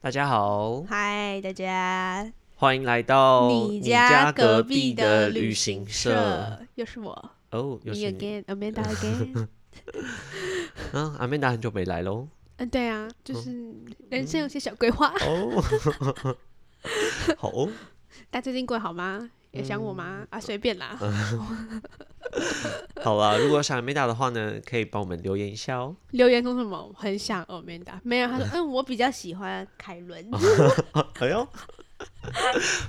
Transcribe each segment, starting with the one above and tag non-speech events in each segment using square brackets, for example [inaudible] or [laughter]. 大家好，嗨，大家！欢迎来到你家隔壁的旅行社。又是我，哦，又你是你 [laughs] again Amanda again。啊！阿曼达很久没来 [laughs] 喽。嗯，对啊，就是嗯人生有些小规划。 [laughs] 哦，好哦，大家最近过得好吗？有想我嗯吗？啊，随便啦。好啊啦。如果想阿曼达的话呢，可以帮我们留言一下 [laughs] 哦。留言说什么？我很想 Amanda，没有，他说，嗯，我比较喜欢凯伦。哎呦，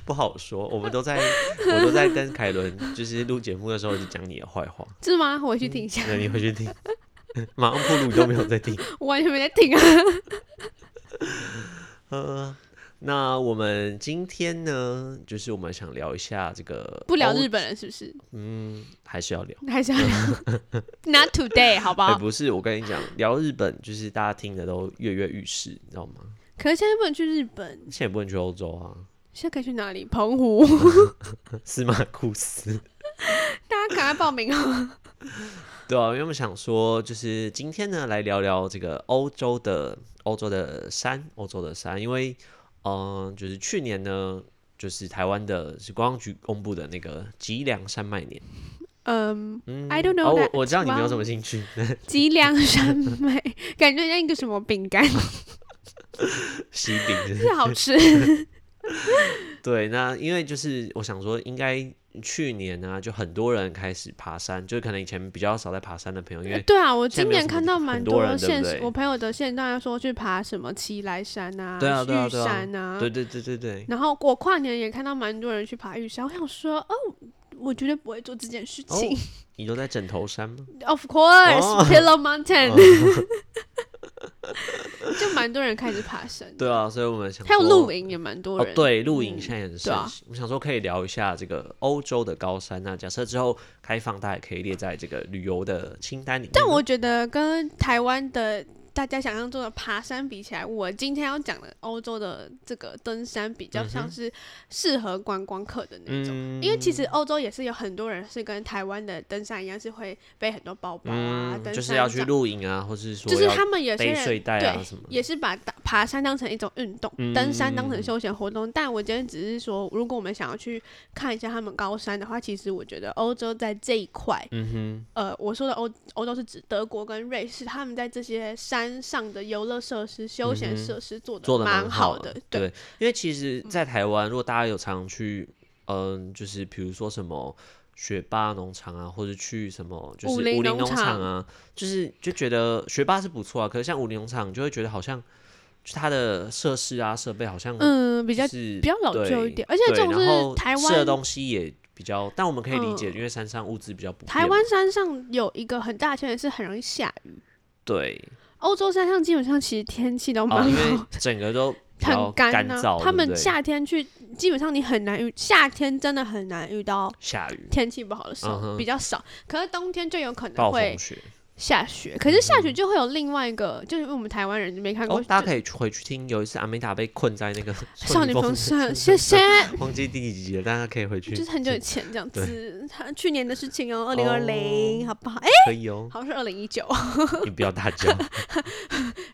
不好说，我们都 [laughs] 在，我都在跟凯伦，就是录节目的时候就讲你的坏话， [laughs] 是吗？我回去听一下，那你回去 [laughs] 听。马上铺路你都没有在听。我完全没在听哦啊。呃，那我们今天呢，就是我们想聊一下这个不聊欧日本人是不是？嗯，还是要聊。还是要聊 [laughs] Not today，好不嗯哎、好？不是，我跟你讲，聊日本就是大家听的都跃跃欲试，你知道吗？可是现在不能去日本，现在也不能去欧洲啊， [laughs] 现在可以去哪里？澎湖， [laughs] 司马库斯。 [laughs] 大家赶快报名哦。对啊，因为我们想说，就是今天呢，来聊聊这个欧洲的欧洲的山，欧洲的山，因为嗯、呃就是去年呢，就是台湾的是观光局公布的那个吉良山脉年。嗯嗯，I don't know 哦， that- 我我知道你没有什么哇兴 [laughs] 趣， [laughs] 脊梁山脉，感觉像一个什么饼干，喜饼是不是是好吃。对，那因为就是我想说，应该去年呢、就很多人开始爬山，就是可能以前比较少在爬山的朋友，因为 [laughs] 对 [laughs] 啊，我现在今没有年什么看到蛮很多人对不现对实，我朋友的现段要说去爬什么奇来山啊、对啊对啊玉对啊山啊，对对对对 [laughs] 对，然后我跨年也看到蛮多人去爬玉山，我想说，哦，我绝对不会做这件事哦情。你都在枕头山吗？ [laughs] of course，、哦 Pillow [laughs] Mountain，、哦 [laughs] 就蛮多人开始爬山，对啊，所以我们想还有说露营也蛮多哦人。，对，露营嗯现在也很盛对啊行。我想说可以聊一下这个欧洲的高山。那假设之后开放，大家也可以列在这个旅游的清单里面。但我觉得跟台湾的大家想象中的爬山比起来，我今天要讲的欧洲的这个登山比较像是适合观光客的那种。嗯，因为其实欧洲也是有很多人是跟台湾的登山一样，是会背很多包包啊，嗯，登山就是要去杖，露营啊，或是说就是要他们有些背睡人袋啊对什么的。也是把打爬山当成一种运动，嗯登山当成休闲活动。但我今天只是说，如果我们想要去看一下他们高山的话，其实我觉得欧洲在这一块嗯哼。呃，我说的欧欧洲是指德国跟瑞士，他们在这些山上的游乐设施、休嗯闲哼设施做做的的蛮蛮好的，对，嗯对，因为其实，在台湾，如果大家有常去，嗯，就是比如说什么学霸农场啊，或者去什么就是武林武林农农场啊，就是就觉得学霸是不错啊，可是像武林农场就会觉得好像就它的设施啊设备好像嗯，比比较是比较老旧一点而且对这种对是然后台吃的湾东西也比较，但我们可以理解，嗯因为山上物资比较不台便湾嘛山上有一个很大的缺点是很容易下雨，对欧洲山上基本上其实天气都蛮哦，因为好，整个都比较很干呐、燥，对他不们对夏天去，基本上你很难遇，夏天真的很难遇到下雨天气不好的时候嗯，哼比较少。可是冬天就有可能暴会风雪。嗯下雪，可是下雪就会有另外一个，就是因为我们台湾人就没看过哦，这，大家可以去回去听，有一次阿美达被困在那 [laughs] 个少顺女风风车扇，谢谢。忘记第几集了，大家可以回去就听，是很久以前这样对子，他去年的事情哦，二零二零，好不好？哎、可以哦，好像是二零一九。 [laughs] 你不要大叫。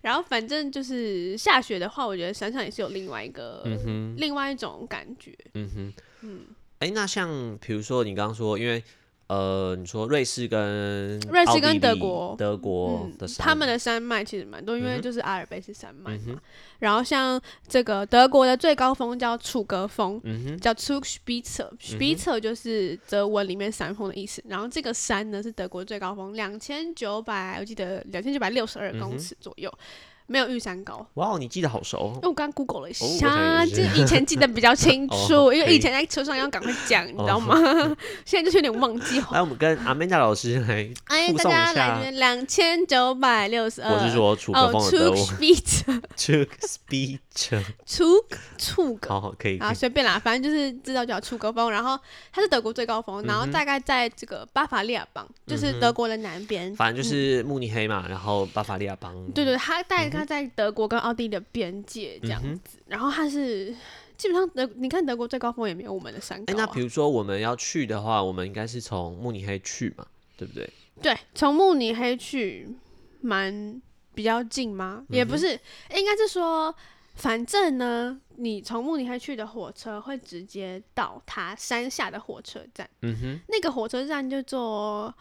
然后反正就是下雪的话，我觉得山上也是有另外一个、嗯哼，另外一种感觉。嗯哼，哎、那像比如说你刚刚说，因为呃，你说瑞士跟瑞士奥跟地德利国德国嗯的、山他们的山脉其实蛮多，因嗯为哼就是阿尔卑斯山脉嗯嘛。哼，然后像这个德国的最高峰叫楚格峰，嗯哼，嗯叫 Zugspitze，Spitze、就是德文里面山峰的意思。然后这个山呢是德国最高峰，两千九百，我记得两千九百六十二嗯哼公尺左右，没有玉山高。哇哦，你记得好熟因哦。为我刚刚 Google 了一我下，想也就是以前记得比较清楚， [laughs] 哦可因为以哦以前在车上要赶快讲，你知道吗？ [laughs] 现在就是有点忘记。来，我们跟阿美达老师来， [laughs] 哎， [laughs] 附大送一家来下这边两千九百六十二。我是说楚哦格，风的德楚国 Spitze， ，Zug Speech，楚楚格好好可以，可啊，以随便啦，反正就是知道叫楚格峰，然后它是德国最高嗯峰，然后大概在这个巴伐利亚邦，就是德国的南边。反正就是慕尼黑嘛，然后巴伐利亚邦，嗯对对，它大概在德国跟奥地利的边界这嗯样子。然后它是基本上德，你看德国最高峰也没有我们的山哎、高、那啊比。如说我们要去的话，我们应该是从慕尼黑去嘛，对不对？对，从慕尼嗯黑去蛮比较近吗？也不是，应该是说反正呢，你从慕尼黑去的火车会直接到它山下的火车站，嗯哼，那个火车站叫做 [sighs]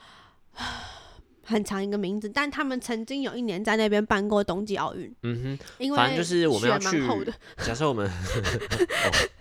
很长一个名字，但他们曾经有一年在那边办过冬季奥运，嗯哼。因为反正就是我们要雪蛮去厚的，假设我 [laughs] 们 [laughs] 哦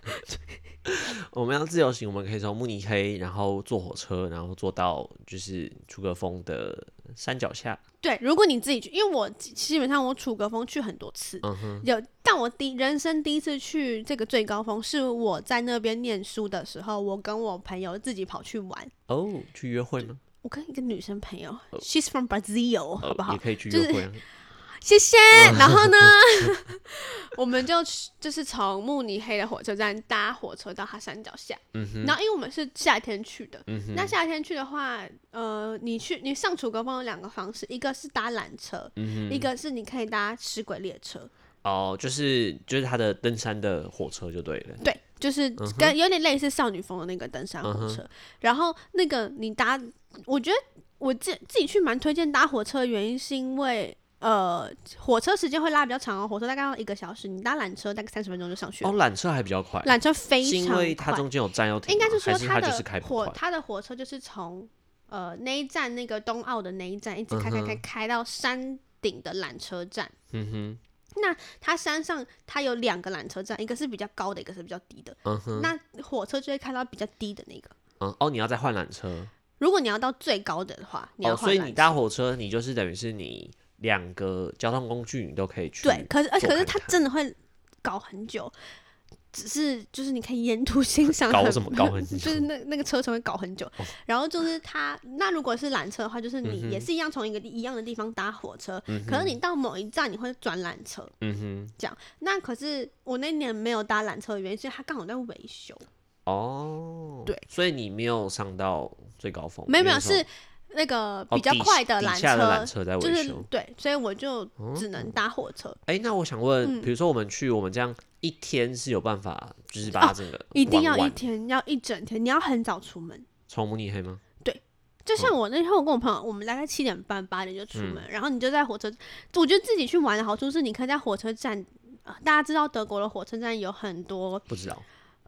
我们要自由行，我们可以从慕尼黑，然后坐火车，然后坐到就是楚格峰的山脚下。对，如果你自己去，因为我基基本上我楚格峰去很多次，嗯哼，有，但我第人生第一次去这个最高峰是我在那边念书的时候，我跟我朋友自己跑去玩，哦，去约会吗？我跟一个女生朋友、s h e s from Brazil，好不哦，好也？可以去就是约会啊。谢谢。嗯然 [laughs] 后呢，我们就去就是从慕尼黑的火车站搭火车到它山脚下，嗯哼，然后因为我们是夏天去的，嗯哼，那夏天去的话，呃，你去你上楚格峰有两个方式，一个是搭缆车，嗯一哼，个是你可以搭齿轨列车。哦，就是就是它的登山的火车就对了。对，就是嗯跟有点类似少女风的那个登山火车。然后那个你搭，我觉得我自自己去蛮推荐搭火车的原因是因为。呃，火车时间会拉比较长哦，火车大概要一个小时，你搭缆车大概三十分钟就上去了哦，。缆车还比较快，缆车非是常因快，为它中间有站要停应吗，该是说还是它就是开的不火快。它的火车就是从呃那一站那个冬奥的那一站一直开开开开到山顶的缆车站。嗯哼，它山上它有两个缆车站，一个是比较高的，一个是比较低的。嗯哼，那火车就会开到比较低的那个。嗯，哦，你要再换缆车。如果你要到最高的的话，你要哦，所换缆以车、你搭火车，你就是等于是你两个交通工具你都可以去。对，，可是而且坐可是看它看真的会搞很久，只是就是你可以沿途欣 [laughs] 赏搞很什么 [laughs] 搞很久哦就是那那个车程会搞很久。然后就是它那如果是缆车的话，就是嗯你也是一样从一个地一样的地方搭火车，可是你到某一站你会转缆车。嗯哼，那可是我那年没有搭缆车的原因是它刚好在维修，哦，对，所以你没有上到最高峰，没有没有那时候是那个哦比较底快的底缆下车缆。车在就维是修。对，所以我就只能搭火车。哎，那我想嗯问，比如说我们去，我们这样一天是有办法，就是把它整个哦一定玩要一完天，要一整天，你要很早出门。从慕尼黑吗？就像我那天，我跟我朋友，我们大概七点半八点就出门，然后你就在火车。我觉得自己去玩的好处是，你可以在火车站、呃大家知道德国的火车站有很多。不知道。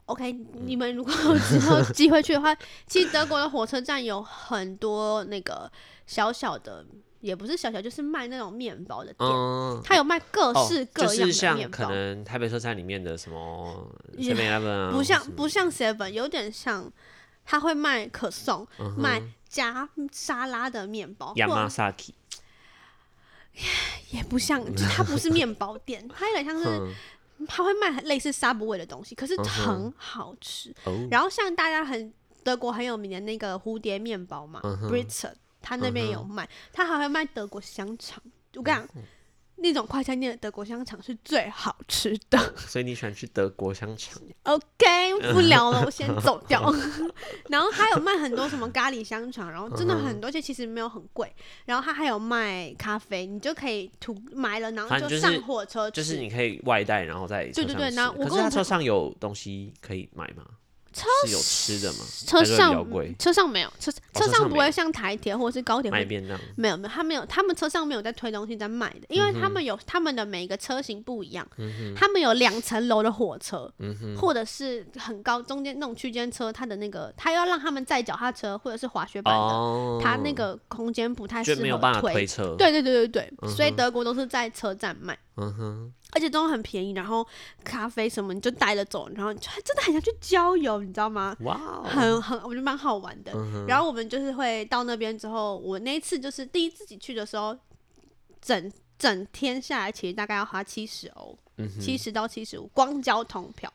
OK，、你们如果有之后机会去的话，其实德国的火车站有很多那个小小的，也不是小小，就是卖那种面包的店，嗯，它有卖各哦式各就样是的像面可包，能台北车站里面的什么也 Seven Eleven 啊，不像什么不像 seven，有点像，它会卖可颂，嗯卖加嗯沙拉的面包，或 Yamasaki，也不像，就它不是面包店，它有点像是嗯，它会卖类似沙布味的东西，可是嗯哼很好吃。哦，然后像大家很德国很有名的那个蝴蝶面包嘛、嗯哼嗯 b r i t o n 它那边有卖，它还会卖德国香肠。我跟你讲，那种快餐店的德国香肠是最好吃的。所以你喜欢去德国香肠？ OK，不 [laughs] 聊了，我先走掉。 [laughs] 然后还有卖很多什么咖喱香肠，然后真的很嗯多，而且其实没有很贵。然后它还有卖咖啡，你就可以图买了，然后反正就是上火车吃。就是你可以外带，然后在车对对上对吃那我可跟是我他朋车上有东西可以买吗？车是有吃的吗？车还是会比较上贵，车上没有车哦车车上上没不有会像台铁或者是高铁卖会。便当。没有没有，他没有，他们车上没有在推东西在卖的，因为嗯他们有、他们的每一个车型不一样，他们有两层楼的火车，或者是很高中间那种区间车，它的那个他要让他们载脚踏车或者是滑雪板的，哦，它那个空间不太适就合没有办法推嗯车。，对对对对对，所以德国都是在车站卖，嗯哼，而且都很便宜。然后咖啡什么你就带着走，然后你就真的很想去郊游，你知道吗？哇哦，嗯很很，我觉得蛮好玩的。然后我们就是会到那边之后，我那一次就是第一自己去的时候，整整天下来其实大概要花七十欧，嗯七十到七十五，光交通票。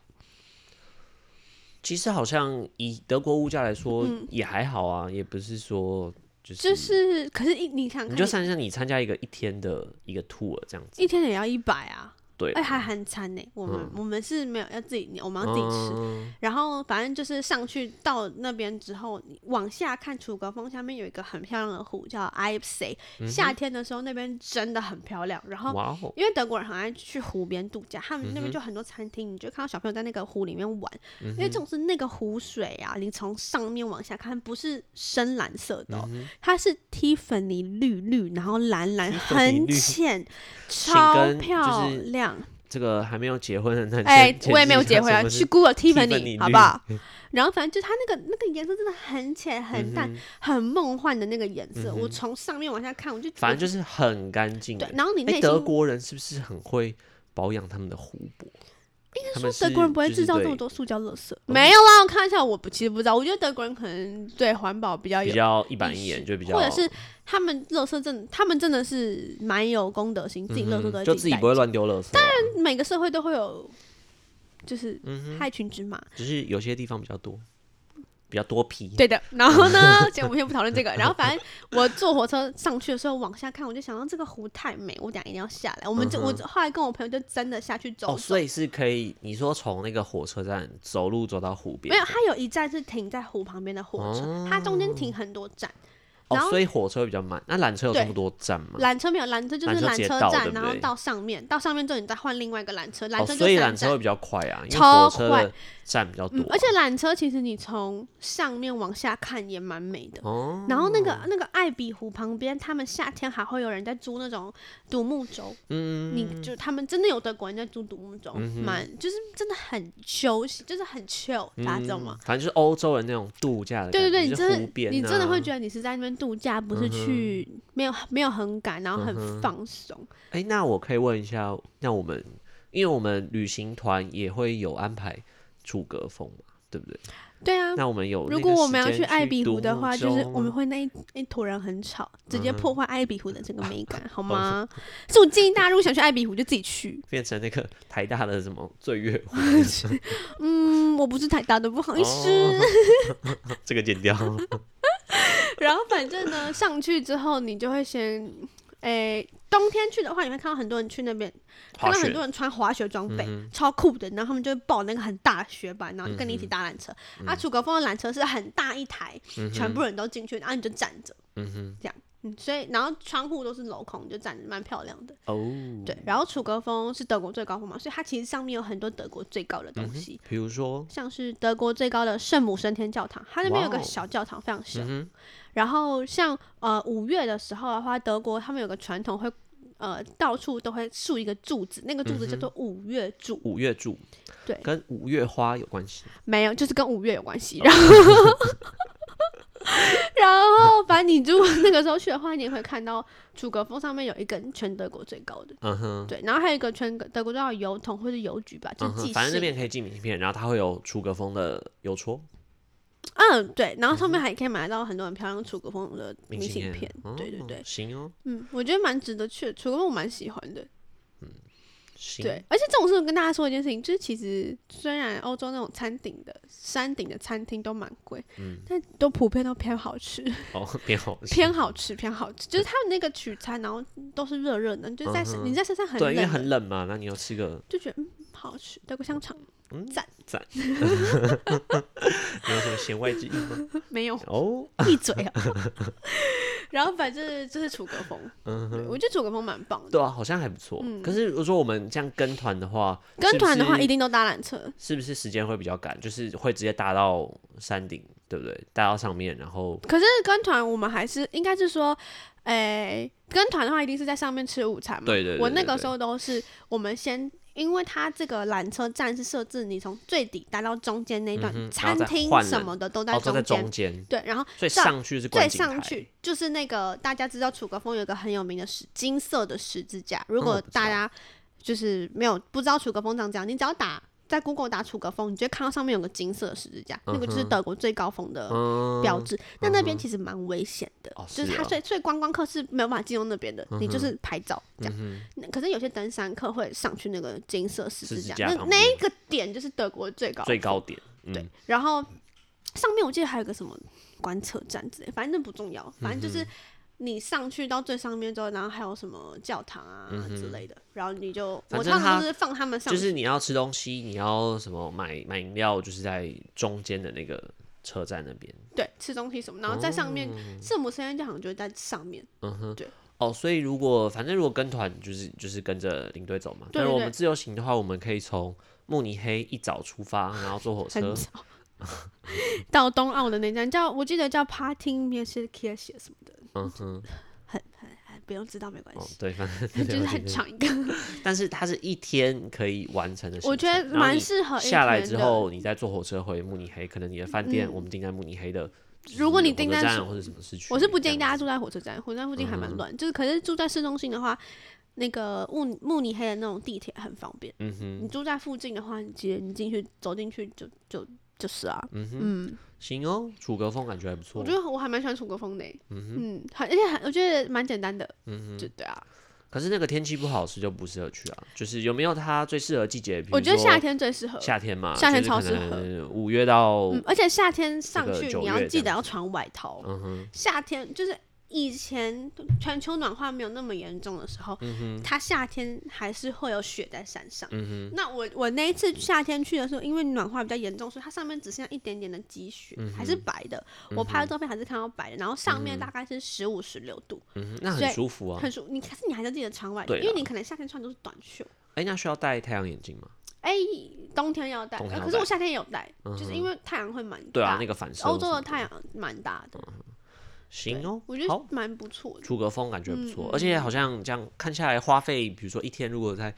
其实好像以德国物价来说也还好啊，也不是说就是嗯就是，可是一你想嗯你看就想象你参加一个一天的一个 tour 这样子，一天也要一百啊，对哎、还含餐呢、我们、我们是没有要自己，我们要自己吃。嗯然后反正就是上去到那边之后，你往下看楚格峰下面有一个很漂亮的湖叫 i p s y 嗯夏天的时候那边真的很漂亮。然后哇哦，因为德国人很爱去湖边度假，他们嗯那边就很多餐厅，你就看到小朋友在那个湖里面玩。因为这种是那个湖水啊，你从上面往下看，不是深蓝色嗯的哦、它是 Tiffany 绿绿，然后蓝蓝， Tiffany 很绿浅，请超跟就漂是亮。这个还没有结婚的男生，哎、前我也没有妻结叫婚什啊，么去是 Google Tiffany Tiffany 好绿不 [laughs] 好？然后反正就它那个那个颜色真的很浅、很淡、嗯很梦幻的那个颜色。我从上面往下看，我就反正就就是很干净。对。然后你哎、内心德国人是不是很会保养他们的湖泊？应该说德国人不会制造这么多，多塑胶垃圾？哦没有啦，我看一下，我不其实不知道，我觉得德国人可能对环保比较比有较一板意一识眼，就比较或者是他们垃圾真的，他们真的是蛮有公德心，自己垃圾嗯都哼会就自自己己带不会走乱嗯丢垃圾啊。当然，每个社会都会有，就是害群之马。只是有些地方比较多，比较多皮。对的，然后 [laughs] 呢？先我们先不讨论这个。然后反正我坐火车上去的时候，往下看，我就想到这个湖太美，我等一下一定要下来。我们就、我后来跟我朋友就真的下去走嗯走。哦，所以是可以，你说从那个火车站走路走到湖边没，有，它有一站是停在湖旁边的火车，它中间停很多站。哦然，后所以火车会比较慢。那缆车有对这么多站吗？缆车没有，缆车就是缆缆车直车接站，到对不然后对到上面，到上面之后你再换另外一个缆车，缆哦，车就所以三缆车站。会比较快啊，因为超火车快的站比较多嗯啊、，而且缆车其实你从上面往下看也蛮美的。哦，然后那个那个艾比湖旁边，他们夏天还会有人在租那种独木舟，嗯，你就他们真的有德国人在租独木舟，蛮、就是真的很休息，就是很 chill，大家知道吗？嗯？反正就是欧洲人那种度假嗯的感对觉，对对，你就真是湖的边、啊，嗯你真的会觉得你是在那边度假，不是去、没有没有很赶，然后很放松。哎、那我可以问一下，那我们因为我们旅行团也会有安排楚格峰嘛，对不对？对啊，那我们有如那果个我时们要间去艾比湖独的木话，就是舟我们吗会那一一坨人很吵，直嗯接破坏艾比湖的这个美感， [laughs] 哦好吗？所以我建议大家，如果想去艾比湖，就自己去。 [laughs] 变成那个台大的什么醉月湖，嗯，我不是太大的，不好意思。哦 [laughs] 这个剪掉。 [laughs] 然后反正呢，上去之后你就会先，诶、冬天去的话，你会看到很多人去那边，看滑到很雪嗯多人穿滑雪装备，超酷的。然后他们就会抱那个很大的雪板，然后就跟你一起搭缆车。嗯啊，楚格峰的缆车是很大一台，全部人都进去，然后你就站着，嗯哼，嗯，所以然后窗户都是镂空，你就站着蛮漂亮的。哦，对，然后楚格峰是德国最高峰嘛，所以它其实上面有很多德国最高的东西。比如说，像是德国最高的圣母升天教堂，它那边有个哇哦小教堂，非常小。嗯然后像呃五月的时候的话，德国他们有个传统会。呃，到处都会竖一个柱子，那个柱子嗯叫做五月柱，五月柱，对跟五月花有关系。没有，就是跟五月有关系。 [laughs] 然后，然后，反正你如果那个时候去的话，你也会看到楚格峰上面有一根全德国最高的，嗯哼，对，然后还有一个全德国最高的邮筒或者邮局吧，就嗯是寄哼，反正那信边可以寄明信片，然后它会有楚格峰的邮戳嗯，对，然后上面还可以买到很多很漂亮楚国风的明信信片，对对哦对，行哦，嗯，我觉得蛮值得去的，楚国风我蛮喜欢的，行，对，，而且这种事我跟大家说一件事情，就是其实虽然欧洲那种餐顶的山顶的餐厅都蛮贵，嗯但都普遍都偏好吃，哦， [laughs] 变好吃，偏好吃，偏好吃，就是他们那个取餐，然后都是热热的，就是在、嗯哼你在山上很对，冷因为的，很冷嘛，那你要吃个就觉得嗯好吃，德国香肠你有什么弦外之音吗？ [laughs] [laughs] 没有。哦， [laughs] 闭嘴啊！然后反正就是楚国风，对我觉得楚国风蛮棒的。嗯对啊，好像还不错。可是如果说我们这样跟团的话，嗯跟团是的不话是一定都搭缆车，是不是时间会比较赶？就是会直接搭到山顶，对不对？搭到上面，然后可是跟团我们还是应该是说，诶、跟团的话一定是在上面吃午餐嘛。对对对我那对个对时候都是我们先，因为它这个缆车站是设置你从最底搭到中间那一段，嗯哼餐然后再厅换人什么的都在哦，都在中间。中间，对，然后所以上上去是观景最台。上去就是那个大家知道楚格峰有一个很有名的十金色的十字架，如果我哦不知道大家就是没有不知道楚格峰长这样，你只要打在 Google 打楚格峰，你就会看到上面有个金色的十字架，那个就是德国最高峰的嗯，标志。那那边其实蛮危险的，哦就是是它啊嗯所以所以观光客是没有办法进入那边的，你就是拍照这样。那可是有些登山客会上去那个金色十十字字架，架那旁那边一个点就是德国最高最峰高点，对嗯，，然后上面我记得还有个什么观测站之类，反正那不重嗯要，反正就是你上去到最上面之后，然后还有什么教堂啊之类的，然后你就嗯反我正通常它就是放他们上就去，是你要吃东西，你要什么买买饮料，就是在中间的那个车站那边。对，吃东西什么，然后在上面圣母升天教堂就在上面，哦，所以如果反正如果跟团就是就是跟着领队走嘛，对但对是我对们自由行的话，我们可以从慕尼黑一早出发，然后坐火很车，早。 [laughs] 到冬奥的那站叫，我记得叫 Parting m u s i c 什么的，嗯哼，不用知道没关嗯哦系，，对，反正 [laughs] 就是很长，长一个。但是它是一天可以完成的行程。我觉得然后蛮你适合一下来天之的后，你再坐火车回慕尼黑，可能你的饭店、嗯我们定在慕尼黑的，就是如果你火订车在站啊市或者什么市区，我是不建议这样大家住在火车站，火车站附近还蛮嗯哼乱。就是，可是住在市中心的话，那个慕慕尼黑的那种地铁很方便。嗯哼，你住在附近的话，你直接你进去走进去就就就是啊。嗯哼，嗯，行哦，楚格风感觉还不错我觉。得我还蛮喜欢楚国风的欸。嗯很而且很我觉得蛮简单的。嗯就对啊，可是那个天气不好时就不适合去啊，就是有没有它最适合季节？比我如觉得夏说天最适合。夏天嘛，夏天就是超可适合能五月到嗯，而且夏天上哦这个去九你要月记这得样嗯要穿外套。哦夏天就是以前全球暖化没有那么严重的时候，嗯它夏天还是会有雪在山上。嗯那我我那一次夏天去的时候，因为暖化比较严重，所以它上面只剩下一点点的积雪，嗯还是白的。我拍的照片还是看到白的，然后上面大概是十五十六度，嗯哼，那所很以舒服啊。很舒。你可是你还是记得穿外套，对因为啦你可能夏天穿都是短袖。哎、那需要戴太阳眼镜吗？哎、冬天要戴，冬天呃要可是我戴嗯夏天也有戴，就是因为太阳会蛮大。对啊，那个反射。欧洲的太。阳蛮大的，行哦，我觉得嗯好。蛮不错的。楚格风感觉不错，而且好像这样看下来，花费比如说一天如果在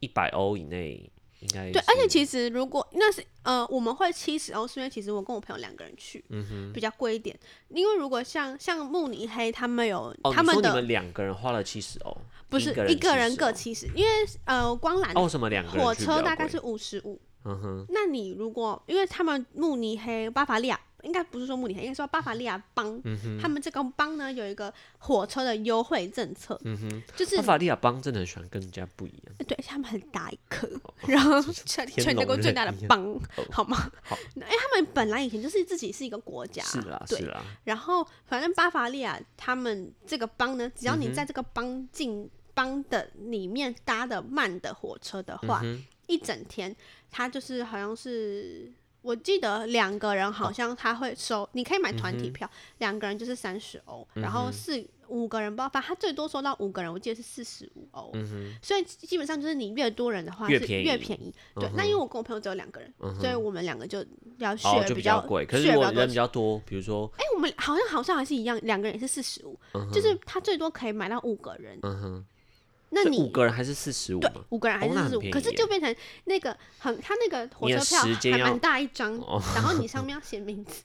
一百欧以内，应该对，而且是其实如果那是呃，我们会七十欧，是因为其实我跟我朋友两个人去，嗯比较贵一点。因为如果像像慕尼黑他们有、哦，他你说你的们两个人花了七十欧，不是一个人一个人70各哦七十，因为呃光缆、哦，为什么两个人火去比较车大概贵是五十五。嗯哼那你如果因为他们慕尼黑、巴伐利亚，应该不是说慕尼黑，应该说巴伐利亚邦，嗯他们这个邦呢有一个火车的优惠政策，嗯哼，就是巴伐利亚邦真的很喜欢跟人家不一样，对他们很大一颗， [laughs] 然后全哦天全德龙国最人大的一样邦哦，好吗？好 [laughs] 那因为他们本来以前就是自己是一个国家，是啦是对。啦，然后反正巴伐利亚他们这个邦呢，只要嗯你在这个邦进邦的里面搭的慢的火车的话，嗯一整天它就是好像是。我记得两个人哦好像他会收，你可以买团嗯体票，两个人就是三十欧，然后四五个人不知道，反正他最多收到五个人，我记得是四十五欧，所以基本上就是你越多人的话嗯越是便宜嗯越便宜。对，那因为我跟我朋友只有两个人，所以我们两个就要哦 share 就比较较贵，可是如 share 比果较多人比较多，比如说哎、我们好像好像还是一样，两个人也是四十五，就是他最多可以买到五个人。嗯哼，那这你五个人还是四十五对嘛，五个人还哦那是很四十五，便可是宜就变成那个很他那个火你车的时间票还要蛮大一张哦，[laughs] 然后你上面要写名字，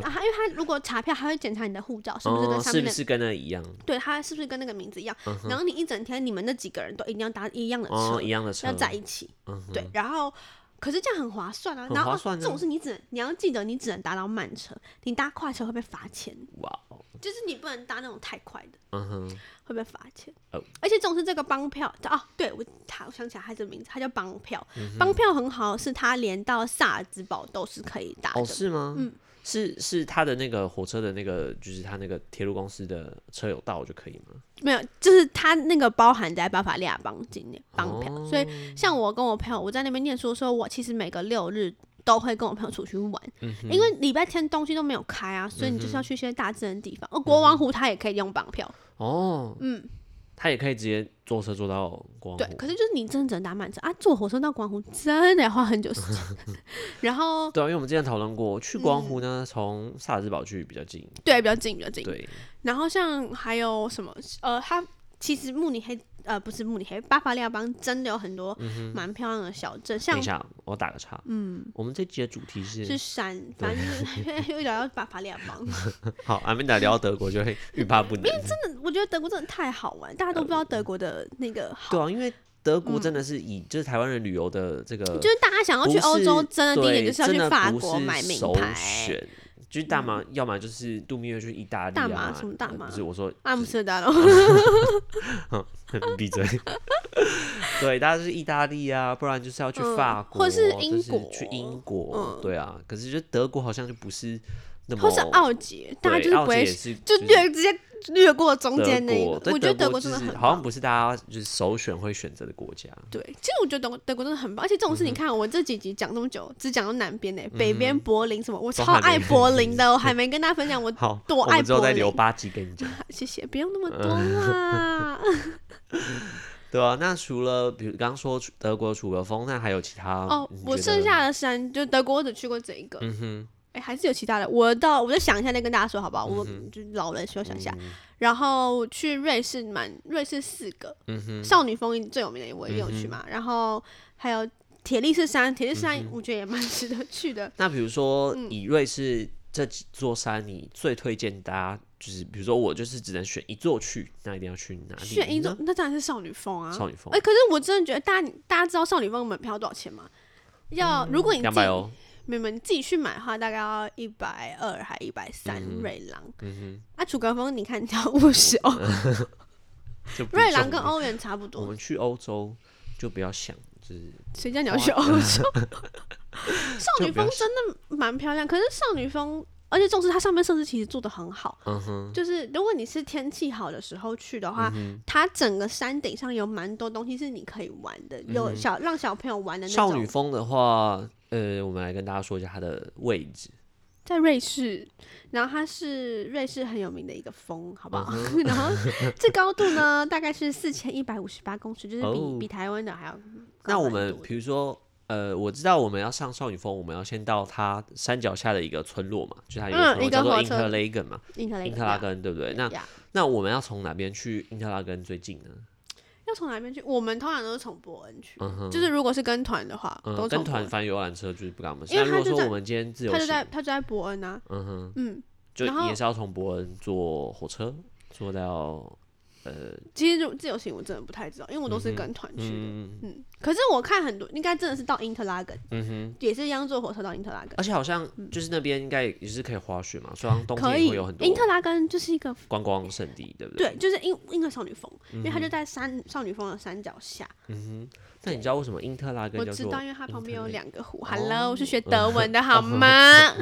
然后因为他如果查票，他会检查你的护照是不是哦，跟是上面不的。是跟那一样？对，他是不是跟那个名字一样？然后你一整天，你们那几个人都一定要搭一样的车，哦，一样的车要，在一起。嗯哼对，然后可是这样很划算啊。很然后划哦算啊这种事你只能你要记得，你只能搭到慢车，你搭快车会被罚钱。哇哦，就是你不能搭那种太快的，嗯哼，会被罚钱。哦而且总是这个帮票哦，对我他我想起来他这个名字，他叫帮票。嗯帮、票很好，是他连到萨尔兹堡都是可以搭的。嗯哦是吗？是是他的那个火车的那个，就是他那个铁路公司的车有到就可以吗？没有，就是他那个包含在巴伐利亚邦境内帮票，哦所以像我跟我朋友，我在那边念书的时候，我其实每个六日都会跟我朋友出去玩，嗯因为礼拜天东西都没有开啊，所以你就是要去一些大自然的地嗯方。哦，国王湖它也可以用绑票，哦，嗯，他也可以直接坐车坐到光对，湖。可是就是你真的只能搭慢车啊，坐火车到广湖真的要花很久时间。 [laughs] 然后对啊，因为我们之前讨论过，嗯去光湖呢，从萨尔兹堡去比较近。对，比较近，比较近。对，然后像还有什么呃，它其实慕尼黑呃不是慕尼黑，巴伐利亚邦真的有很多嗯蛮漂亮的小镇，等像一下，我打个岔。嗯，我们这集的主题是是山，反正就 [laughs] 是又聊到巴伐利亚邦，好，阿曼达聊到德国就会欲罢 [laughs] 不能。真 [laughs] 的我觉得德国真的太好玩，大家都不知道德国的那个好对，啊，因为德国真的是以就是台湾人旅游的这个，嗯就是大家想要去欧洲，不是真的第一点对就是要真去的法不国是买名首牌。嗯选就是大麻，要么就是度蜜月去意大利、啊，大麻什么大麻不是我说阿姆斯特丹咯，哦闭嘴。 [laughs] 对，大家就是意大利啊，不然就是要去法嗯国，或是就英国嗯去英国，对啊。可是就德国好像就不是那么，或是奥捷，大家对就是奥不会捷也是就就是略直接略过中德间那一国个，对我觉得德德国就真的是很好像不是大家就是首选会选择的国家。对。其实我觉得德国德国真的很棒，而且这种嗯事你看，我这几集讲这么久，只讲到南边呢、北边柏林什么，我都超还没爱柏林的，[laughs] 我还没跟大家分享我好，多我爱们之后柏再林留。八集给你讲。 [laughs] 谢谢，不用那么多嗯 [laughs] 啦。对啊，那除了比如刚刚说德国楚格风，那还有其他哦你，我觉剩得下的山就德国，我只去过这一个。嗯哼。哎，还是有其他的。我到我再想一下，再跟大家说好不好？我嗯就老了休想一下。然后去瑞士蛮，瑞士四个，嗯少女峰最有名的我也有去嘛。然后还有铁力士山，铁力士嗯山我觉得也蛮值得去的。那比如说嗯以瑞士这几座山，你最推荐大家就是，比如说我就是只能选一座去，那一定要去哪里呢？选一种，那当然是少女峰啊。少女峰哎、，可是我真的觉得大家大家知道少女峰的门票多少钱吗？要、如果你嗯自两己百欧，没有没有你自己去买的话，大概要一百二还一百三瑞郎。嗯啊，楚格峰你看你要五十欧， [laughs] 就不瑞嗯重郎跟要欧元差不我多。们去欧洲就不要想，就是谁叫你要去欧洲？ [laughs] 少就女不要峰真的蛮漂亮，可是少女峰，而且重视它上面设施其实做的很好。嗯哼，嗯就是如果你是天气好的时候去的话，它整个山顶上有蛮多东西是你可以玩的，有小让小朋友玩的那嗯少女种。峰的话，呃，我们来跟大家说一下它的位置。在瑞士，然后它是瑞士很有名的一个峰，好不好？ [laughs] 然后这高度呢，大概是四千一百五十八公尺，就是比、哦比台湾的还要高那我蛮们多的比如说，呃，我知道我们要上少女峰，我们要先到它山脚下的一个村落嘛，就它有嗯个村落一叫个做火因特车雷根嘛，英特雷因格特拉根对不对？那呀那我们要从哪边去因特拉根最近呢？要从哪边去？我们通常都是从伯恩去，嗯哼，就是如果是跟团的话，嗯，都从跟伯团恩。翻游览车就是不敢我们。因为那它如果就说在我们今天自由他就行，在他就在伯恩啊，嗯哼，嗯，就然后也是要从伯恩坐火车坐到其实就自由行我真的不太知道，因为我都是跟团去的。嗯嗯可是我看很多应该真的是到因特拉根，嗯哼。也是一样坐火车到因特拉根，而且好像就是那边应该也是可以滑雪嘛，虽然冬嗯可天以。也会有很多因特拉根就是一个观光圣地，对不对？对，就是因因为少女峰，因为它嗯就在山少女峰的山脚下。那你知道为什么因特拉根我叫知做？道，因为它旁边有两个湖。哦嗯 Hello，我是学德文 [laughs] 的好吗？ [laughs]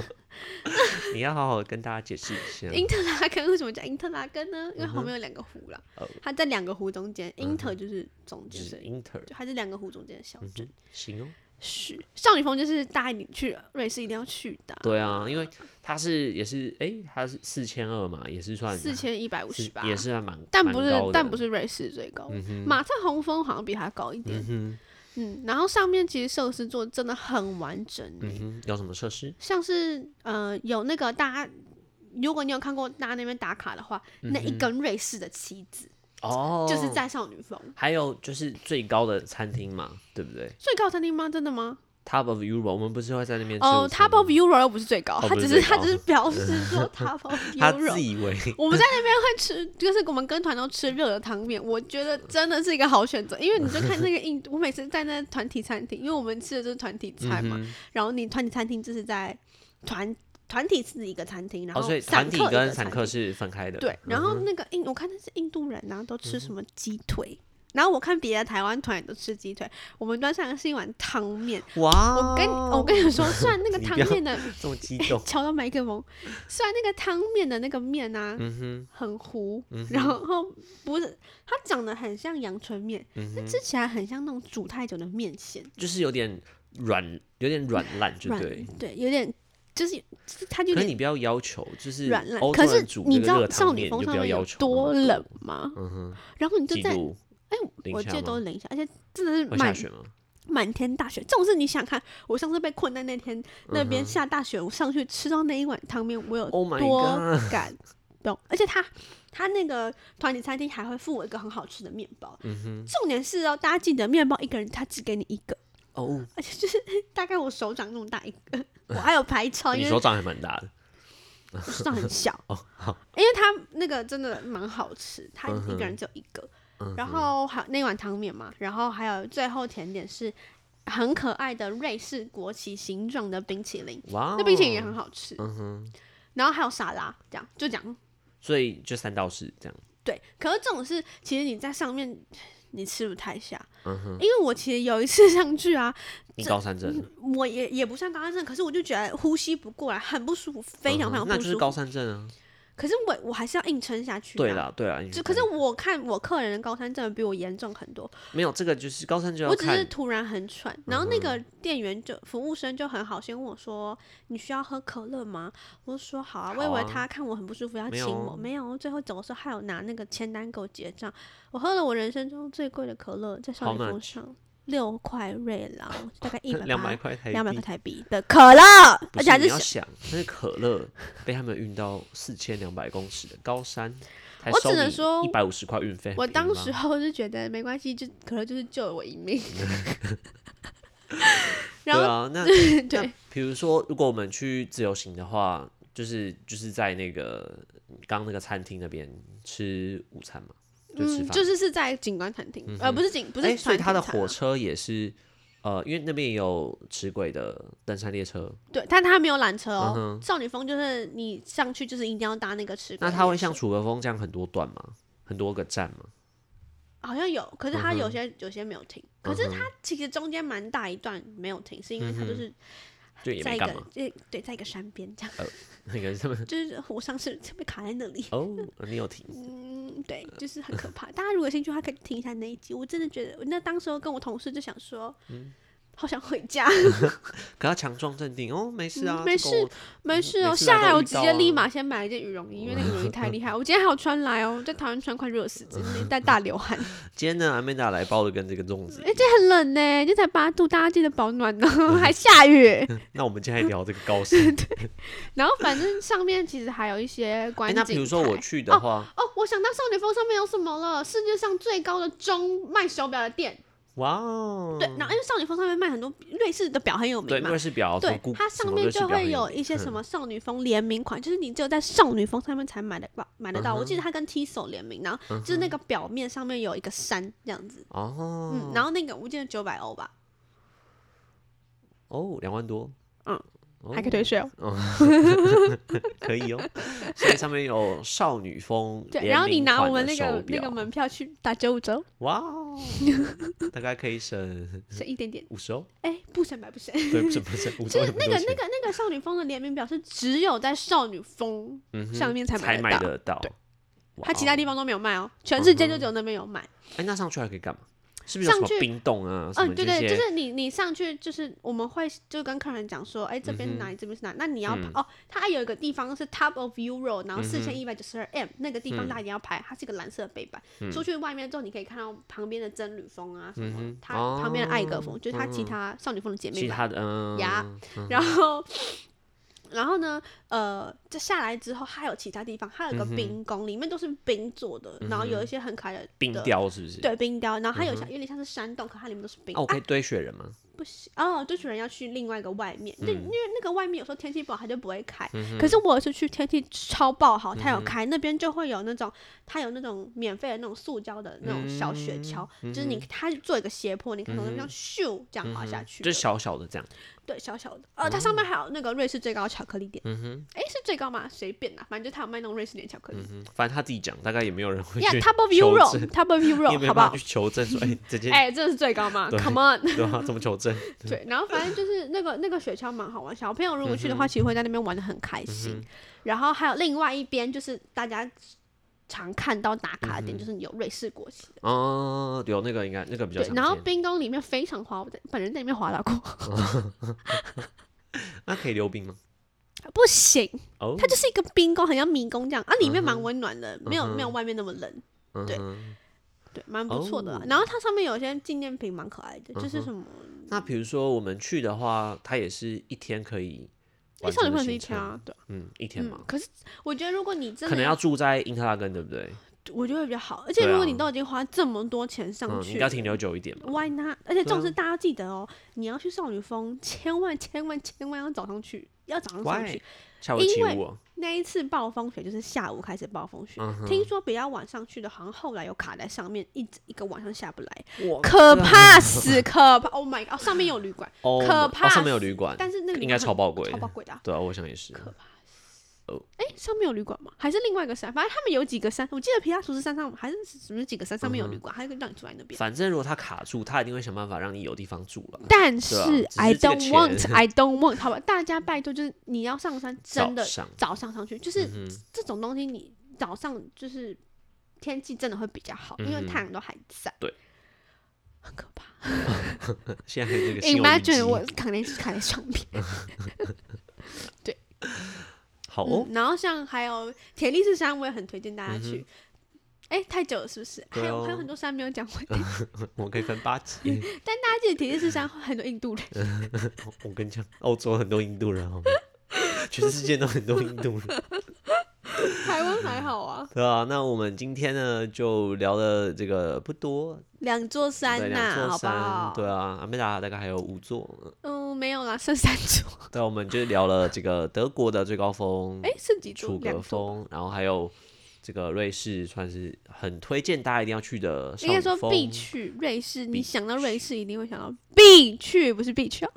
你要好好跟大家解释一下。因特拉根为什么叫因特拉根呢？因为旁边有两个湖啦哦，嗯它在两个湖中间，因特就是中就间，是所以 inter 就它是两个湖中间的小镇。行哦，是少女峰就是大家你去瑞士一定要去的啊，对啊，因为它是也是哎，它是四千二嘛，也是算四千一百五十八，啊也是还蛮，但不是蛮高的嗯但不是瑞士最高，马赛洪峰好像比它高一点。嗯然后上面其实设施做得真的很完整欸、嗯哼，有什么设施？像是呃有那个大家，如果你有看过大家那边打卡的话，那一根瑞士的旗子、嗯哦，就是在少女峰还有就是最高的餐厅嘛，对不对最高餐厅吗？真的吗？ ？Top of Europe，我们不是会在那边吃哦午餐，Top of Euro 又不是最高，哦它不只是最是它高只是 [laughs] 表示说 Top of 他自 Euro。以为我们在那边会吃，就是我们跟团都吃热的汤面，我觉得真的是一个好选择，因为你就看那个 [laughs] 印度，我每次在那团体餐厅，因为我们吃的就是团体嗯餐嘛，然后你团体餐厅就是在团团体是一个餐厅，然哦，后所以团散客体一个跟餐散厅客是分开的。嗯对，然后那个印，我看那是印度人呐、都吃什么鸡腿。然后我看别的台湾团也都吃鸡腿，我们端上来是一碗汤面。哇哦我跟我跟你说，虽然那个 [laughs] 你汤不要面的，[laughs] 这么激动敲到麦克风，虽然那个汤面的那个面呐、嗯很糊，然后不是它长得很像阳春面，嗯但吃起来很像那种煮太久的面线，就是有点软，有点软烂，就软对。对，有点就是就是它就有可点是你不要要求，就是软烂。欧可洲是人煮你那知个道热少汤女面，峰你就不上要面有要求那嗯么多冷吗？然后你就几在度？哎、零我下记得吗都是零下，而且真的是会满下雪吗？满天大雪。这种事你想看，我上次被困在那天嗯那边下大雪，我上去吃到那一碗汤面，我有 Oh my 多 god 感动。而且他他那个团体餐厅还会付我一个很好吃的面包，嗯重点是哦，大家记得面包一个人他只给你一个， [laughs] 哦，而且就是 [laughs] 大概我手掌那么大一个， [laughs] 我还有拍照，你因手为掌还蛮大的。手掌很小， [laughs] 哦，好，因为它那个真的蛮好吃，它嗯哼一个人只有一个，嗯然后还有那碗汤面嘛，然后还有最后甜点是很可爱的瑞士国旗形状的冰淇淋，哇，哦那冰淇淋也很。好吃，嗯然后还有沙拉，这样就这样。所以就三到四这样。对，可是这种是其实你在上面你吃不太下，嗯因为我其实有一次上去啊， [laughs] 你高山症了，我也也不算高山症，可是我就觉得呼吸不过来，很不舒服，非常非常嗯哼那不就是舒高服。山症啊。可是我我还是要硬撑下去、啊。对啦，对啦，就可是我看我客人的高山症比我严重很多，没有这个，就是高山就要我只是看嗯突然很喘，然后那个店员就服务生就很好心问我说：“你需要喝可乐吗？”我就说：“好啊。我以好啊为他看我很不舒服要没请有我，哦没有。最后走的时候还有拿那个签单给我结账，我喝了我人生中最贵的可乐，在少 How 女峰 much？上六块瑞郎，大概一百两百块台两百块币台币的可乐，不而是且还你是要小想，那是可乐被他们运到四千两百公尺的高山，我只能说一百五十块运费很便宜吗。我当时候就觉得没关系，就可乐就是救了我一 [laughs] 命。 [laughs] 对然后啊， [laughs] 那对，比如说，如果我们去自由行的话，就是就是在那个刚那个餐厅那边吃午餐嘛，就吃嗯，饭。就是是在景观餐厅，呃，不是景，不哎是所以团它的体餐火啊，车也是，呃，因为那边也有齿轨的登山列车，对，但它没有缆车嗯哦。少女峰就是你上去就是一定要搭那个吃，那它会像楚河峰这样很多段吗？很多个站吗？好像有，可是它嗯哼有些有些没有停，可是嗯哼它其实中间蛮大一段没有停，是因为它就是就也在没一干个嘛，呃对对，在一个山边这样，那个他们就是我上次就被卡在那里。 [laughs] 哦，你有停，嗯，对，就是很可怕。大家如果有兴趣的话，可以听一下那一集。我真的觉得，那当时候跟我同事就想说，嗯好想回家，可他强壮镇定哦，没事啊，嗯没这事个我没事每哦。次下来来都我遇直到接啊立马先买一件羽绒衣，因为那个羽绒衣 [laughs] 太厉害。我今天还有穿来哦，在台湾穿快热死，真的在大流汗。今天呢，阿曼达来包的跟这个粽子一样，哎这很冷呢，这才八度，大家记得保暖 [laughs] 哦，还下雨。那我们今天来聊这个高 [laughs] 山。然后反正上面其实还有一些观哎，景台。那比如说我去的话，哦，我想到少女峰上面有什么了？世界上最高的钟卖手表的店，哇哦，对，然后因为少女峰上面卖很多瑞士的表很有对，名嘛，瑞士表，啊什么对故，它什上么面瑞士就表很会有一 [laughs] 些什么少女风联名款，就是你只有在少女风上面才买得到，买得到。我嗯记得它跟 Tissot 联名，然后就是那个表面上面有一个山这样子，哦，嗯，然后那个我记得九百欧吧，哦，两万多，嗯哦，还可以退税哦。 [laughs] 可以哦。所以上面有少女风联名款的手表，对，然后你拿我们那个那个门票去打九五折，哇哦，大概可以省省一点点。五十哦，哎，不省白不省。 [laughs] 对，不是不是，五十就也是不那多个钱那个那个少女风的联名表是只有在少女风嗯哼上面才才买得得到，到对，哇它其哦他地方都没有卖哦，全世界就只有那边有卖。哎，那上去还可以干嘛？是不是有什上么去冰冻啊？什么嗯，对这对，就些是你你上去就是我们会就跟客人讲说，哎，这边是哪里，这边是哪里，那你要嗯爬哦，它还有一个地方是 Top of Euro，然后四千一百九十二 M 那个地方嗯大家一定要拍，它是一个蓝色的背板，出去外面之后你可以看到旁边的真女峰啊什嗯么哼，它旁边的艾格峰哦就是它其他少女峰的姐妹其们，他的嗯呀然后。然后呢，呃，这下来之后，还有其他地方，还有一嗯个冰宫，里面都是冰做的，然后有一些很可爱的冰的，雕是不是？对冰雕，然嗯后还有像、有点像是山洞，可它里面都是冰。啊，我可以堆雪人吗？不行哦，堆雪人要去另外一个外面，嗯对，因为那个外面有时候天气不好，它就不会开。可是我有一次去天气超爆好，嗯它有开，那边就会有那种它有那种免费的那种塑胶的那种小雪嗯橇，就是你它做一个斜坡，你可以从那边咻这样滑下去的，就小小嗯的这哦样，对，小小的。呃，它上面还有那个瑞士最高的巧克力店，嗯哼，诶，是最高吗？随便啦，反正就它有卖那种瑞士点巧克力。嗯，反正他自己讲，大概也没有人会呀、去 t o p of 求证 Euro，Top of 你也没 Euro，好有不办好法？去求证说，哎，这件哎、这是最高吗对？Come on，对吧？怎么求证？对，然后反正就是那个那个雪橇蛮好玩，小朋友如果嗯去的话，其实会在那边玩的很开心。然后还有另外一边就是大家常看到打嗯卡的点，就是有瑞士国旗的。哦，有那个应该那个比较对，然后常见，冰宫里面非常滑，我在本人在里面滑倒过， [laughs] 那可以溜冰吗？不行，哦，它就是一个冰宫，很像迷宫这样啊，里面蛮温暖的，没有嗯嗯哼没有外面那么冷。嗯对哼对，蛮不错的啊、哦然后它上面有些纪念品蛮可爱的，就是嗯哼什么，那比如说我们去的话，它也是一天可以诶完少成女的朋友是一行天程，啊，对啊，嗯，一天嗯嘛，。可是我觉得如果你真可的能要住在因特拉根，对不对？我觉得会比较好，而且对如果啊你都已经花这么多钱上嗯，去你了，要停留久一点嘛。 Why not？而且对啊重视大家要记得哦，你要去少女峰，千万千万千万要早上去，要早上上 Why？去。下围棋因为舞哦，那一次暴风雪就是下午开始暴风雪，嗯哼听说比较晚上去的，好像后来有卡在上面，一直一个晚上下不来，哇 [laughs] 可怕死，可怕！Oh my god！、哦上面有旅馆，哦可哦怕上面有旅馆，但是那个应该超超宝贵超，宝贵的、啊。对啊，我想也是。可哎、上面有旅馆吗？还是另外一个山？反正他们有几个山，我记得皮亚图斯山上还是什么几个山上面嗯有旅馆，还有一个让你住在那边。反正如果他卡住，他一定会想办法让你有地方住了。但是、对啊只是 I 这个 don't 钱 want, I don't want，好吧，大家拜托，就是你要上山，真的早上早上上去，就是嗯这种东西，你早上就是天气真的会比较好，因为嗯哼太阳都还在。对，很可怕。现在这个新闻危机 Imagine 我扛在扛在上面。好哦哦 [laughs] 嗯，然后像还有铁力士山，我也很推荐大家去。哎、哎、太久了是不是？还对有、哦还有很多山没有讲完，我可以分八集。但大家记得铁力士山很多印度 [laughs] 人，我跟你讲，欧洲很多印度人，好吗？全世界都很多印度人。 [laughs] 台湾还好啊，对啊，那我们今天呢就聊的这个不多，两座对，山呐、两座好不好山，？对啊，阿美达大概还有五座，嗯，没有啦，剩三座，对，啊我们就聊了这个德国的最高峰哎、剩几嗯座？楚格两座。峰，然后还有这个瑞士，算是很推荐大家一定要去的少应女该说峰。必去瑞士，你必想到瑞士一定会想到必去，不是必去、哦，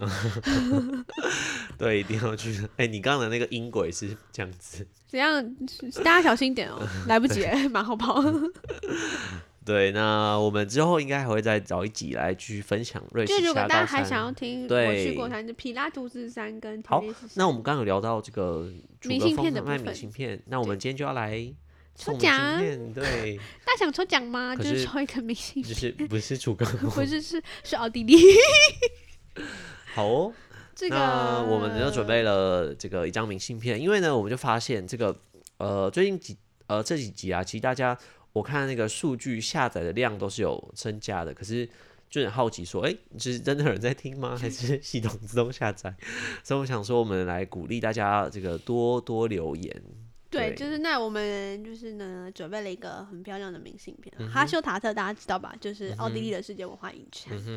对，一定要去的。哎，你刚刚的那个音轨是这样子，怎样？大家小心一点 [laughs] 哦，来不及 [laughs] 了，马后炮。嗯 [laughs] 对。那我们之后应该还会再找一集来去分享瑞士就其如他高果大家还山。想要听我对去过山，就皮拉图斯山跟好铁力士山那我们刚刚有聊到这个楚明格信峰片的的部卖明分信片，那我们今天就要来抽送明信奖啊片， [laughs] 对，大家想抽奖吗？可就是是抽一个明信 [laughs] 就片， [laughs] 是不是楚格峰，不是是是奥 [laughs] 地利。好哦。 [laughs] 这那个我们就准备了这个一张明信片，因为呢，我们就发现这个呃最近几呃这几集啊，其实大家我看那个数据下载的量都是有增加的，可是就很好奇说，哎、是真的有人在听吗？还是 [laughs] 系统自动下载？所以我想说，我们来鼓励大家这个多多留言。对，对就是那我们就是呢，准备了一个很漂亮的明信片，嗯哈修塔特大家知道吧？就是奥地利的世界文化遗产，嗯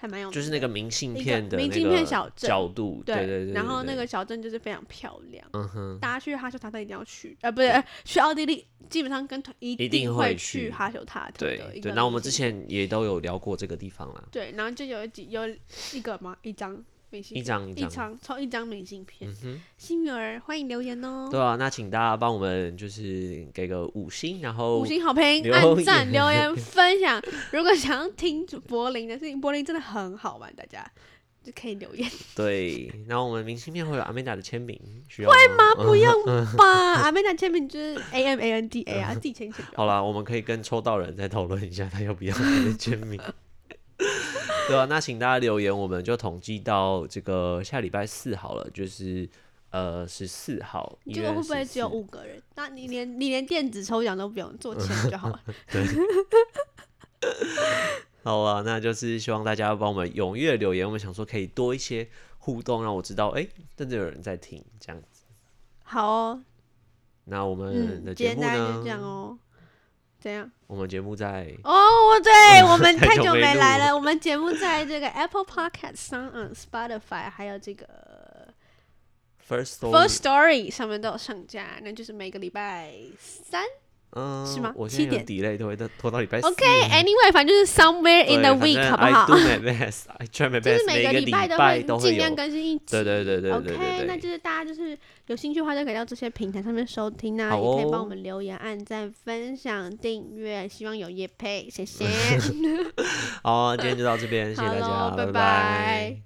还蛮有名的就是那个明信一个片的明那信片个小镇角度，对对对对，然后对那个小镇就是非常漂亮，嗯哼，大家去哈修塔特一定要去，呃，不是去奥地利，基本上跟团一定定会去去哈修塔特的一个嗯对明对。信那我们之片前也都有聊过这个地方啦，对，然后就有一集有一个嘛，一张明信一片，张一嗯一张。张抽一张明信片，幸运儿欢迎留言哦，对啊，那请大家帮我们就是给个五星，然后五星好评，留按赞、留言、分享。如果想要听柏林的事情，柏林真的很好玩，大家就可以留言。嗯对，然后我们明信片会有阿美达的签名，需要会吗？不用嗯吧，阿妹娜签名就是 A M A N D A 啊，自己签签。好啦，我们可以跟抽到人再讨论一下他要不要他的签名。 [laughs] 对啊，那请大家留言，我们就统计到这个下礼拜四好了，就是呃十四号。结果会不会只1有月14五个人？那你连你连电子抽奖都不用做签 [laughs] 就好了。好啊，那就是希望大家帮我们踊跃留言，我们想说可以多一些互动，让我知道哎、真的有人在听这样子。[laughs] 好哦，那我们嗯，的今节天目大概呢？就这样哦。怎 [laughs] 样？我们节目在哦，我对我们嗯太太久久没没来录了。我们节目在这个 Apple Podcast、s o n Spotify，还有这个 First Story First Story 上面都有上架，那就是每个礼拜三。嗯，是吗我现在有7 delay 都会到拖到礼拜四。 OK，Anyway，反正就是 somewhere 嗯对 in the 反 week，正好不 I do 好？ my best, I try my best。 [laughs] 就是每个礼拜拜都都尽会量有。更新一集。对对对对对对 OK，对那就是大家就是有兴趣的话，就可以到这些平台上面收听啊，好哦也可以帮我们留言、按赞、分享、订阅，希 [laughs] 望有叶配，谢谢。好，今天就到这边，谢谢好大家，咯拜拜拜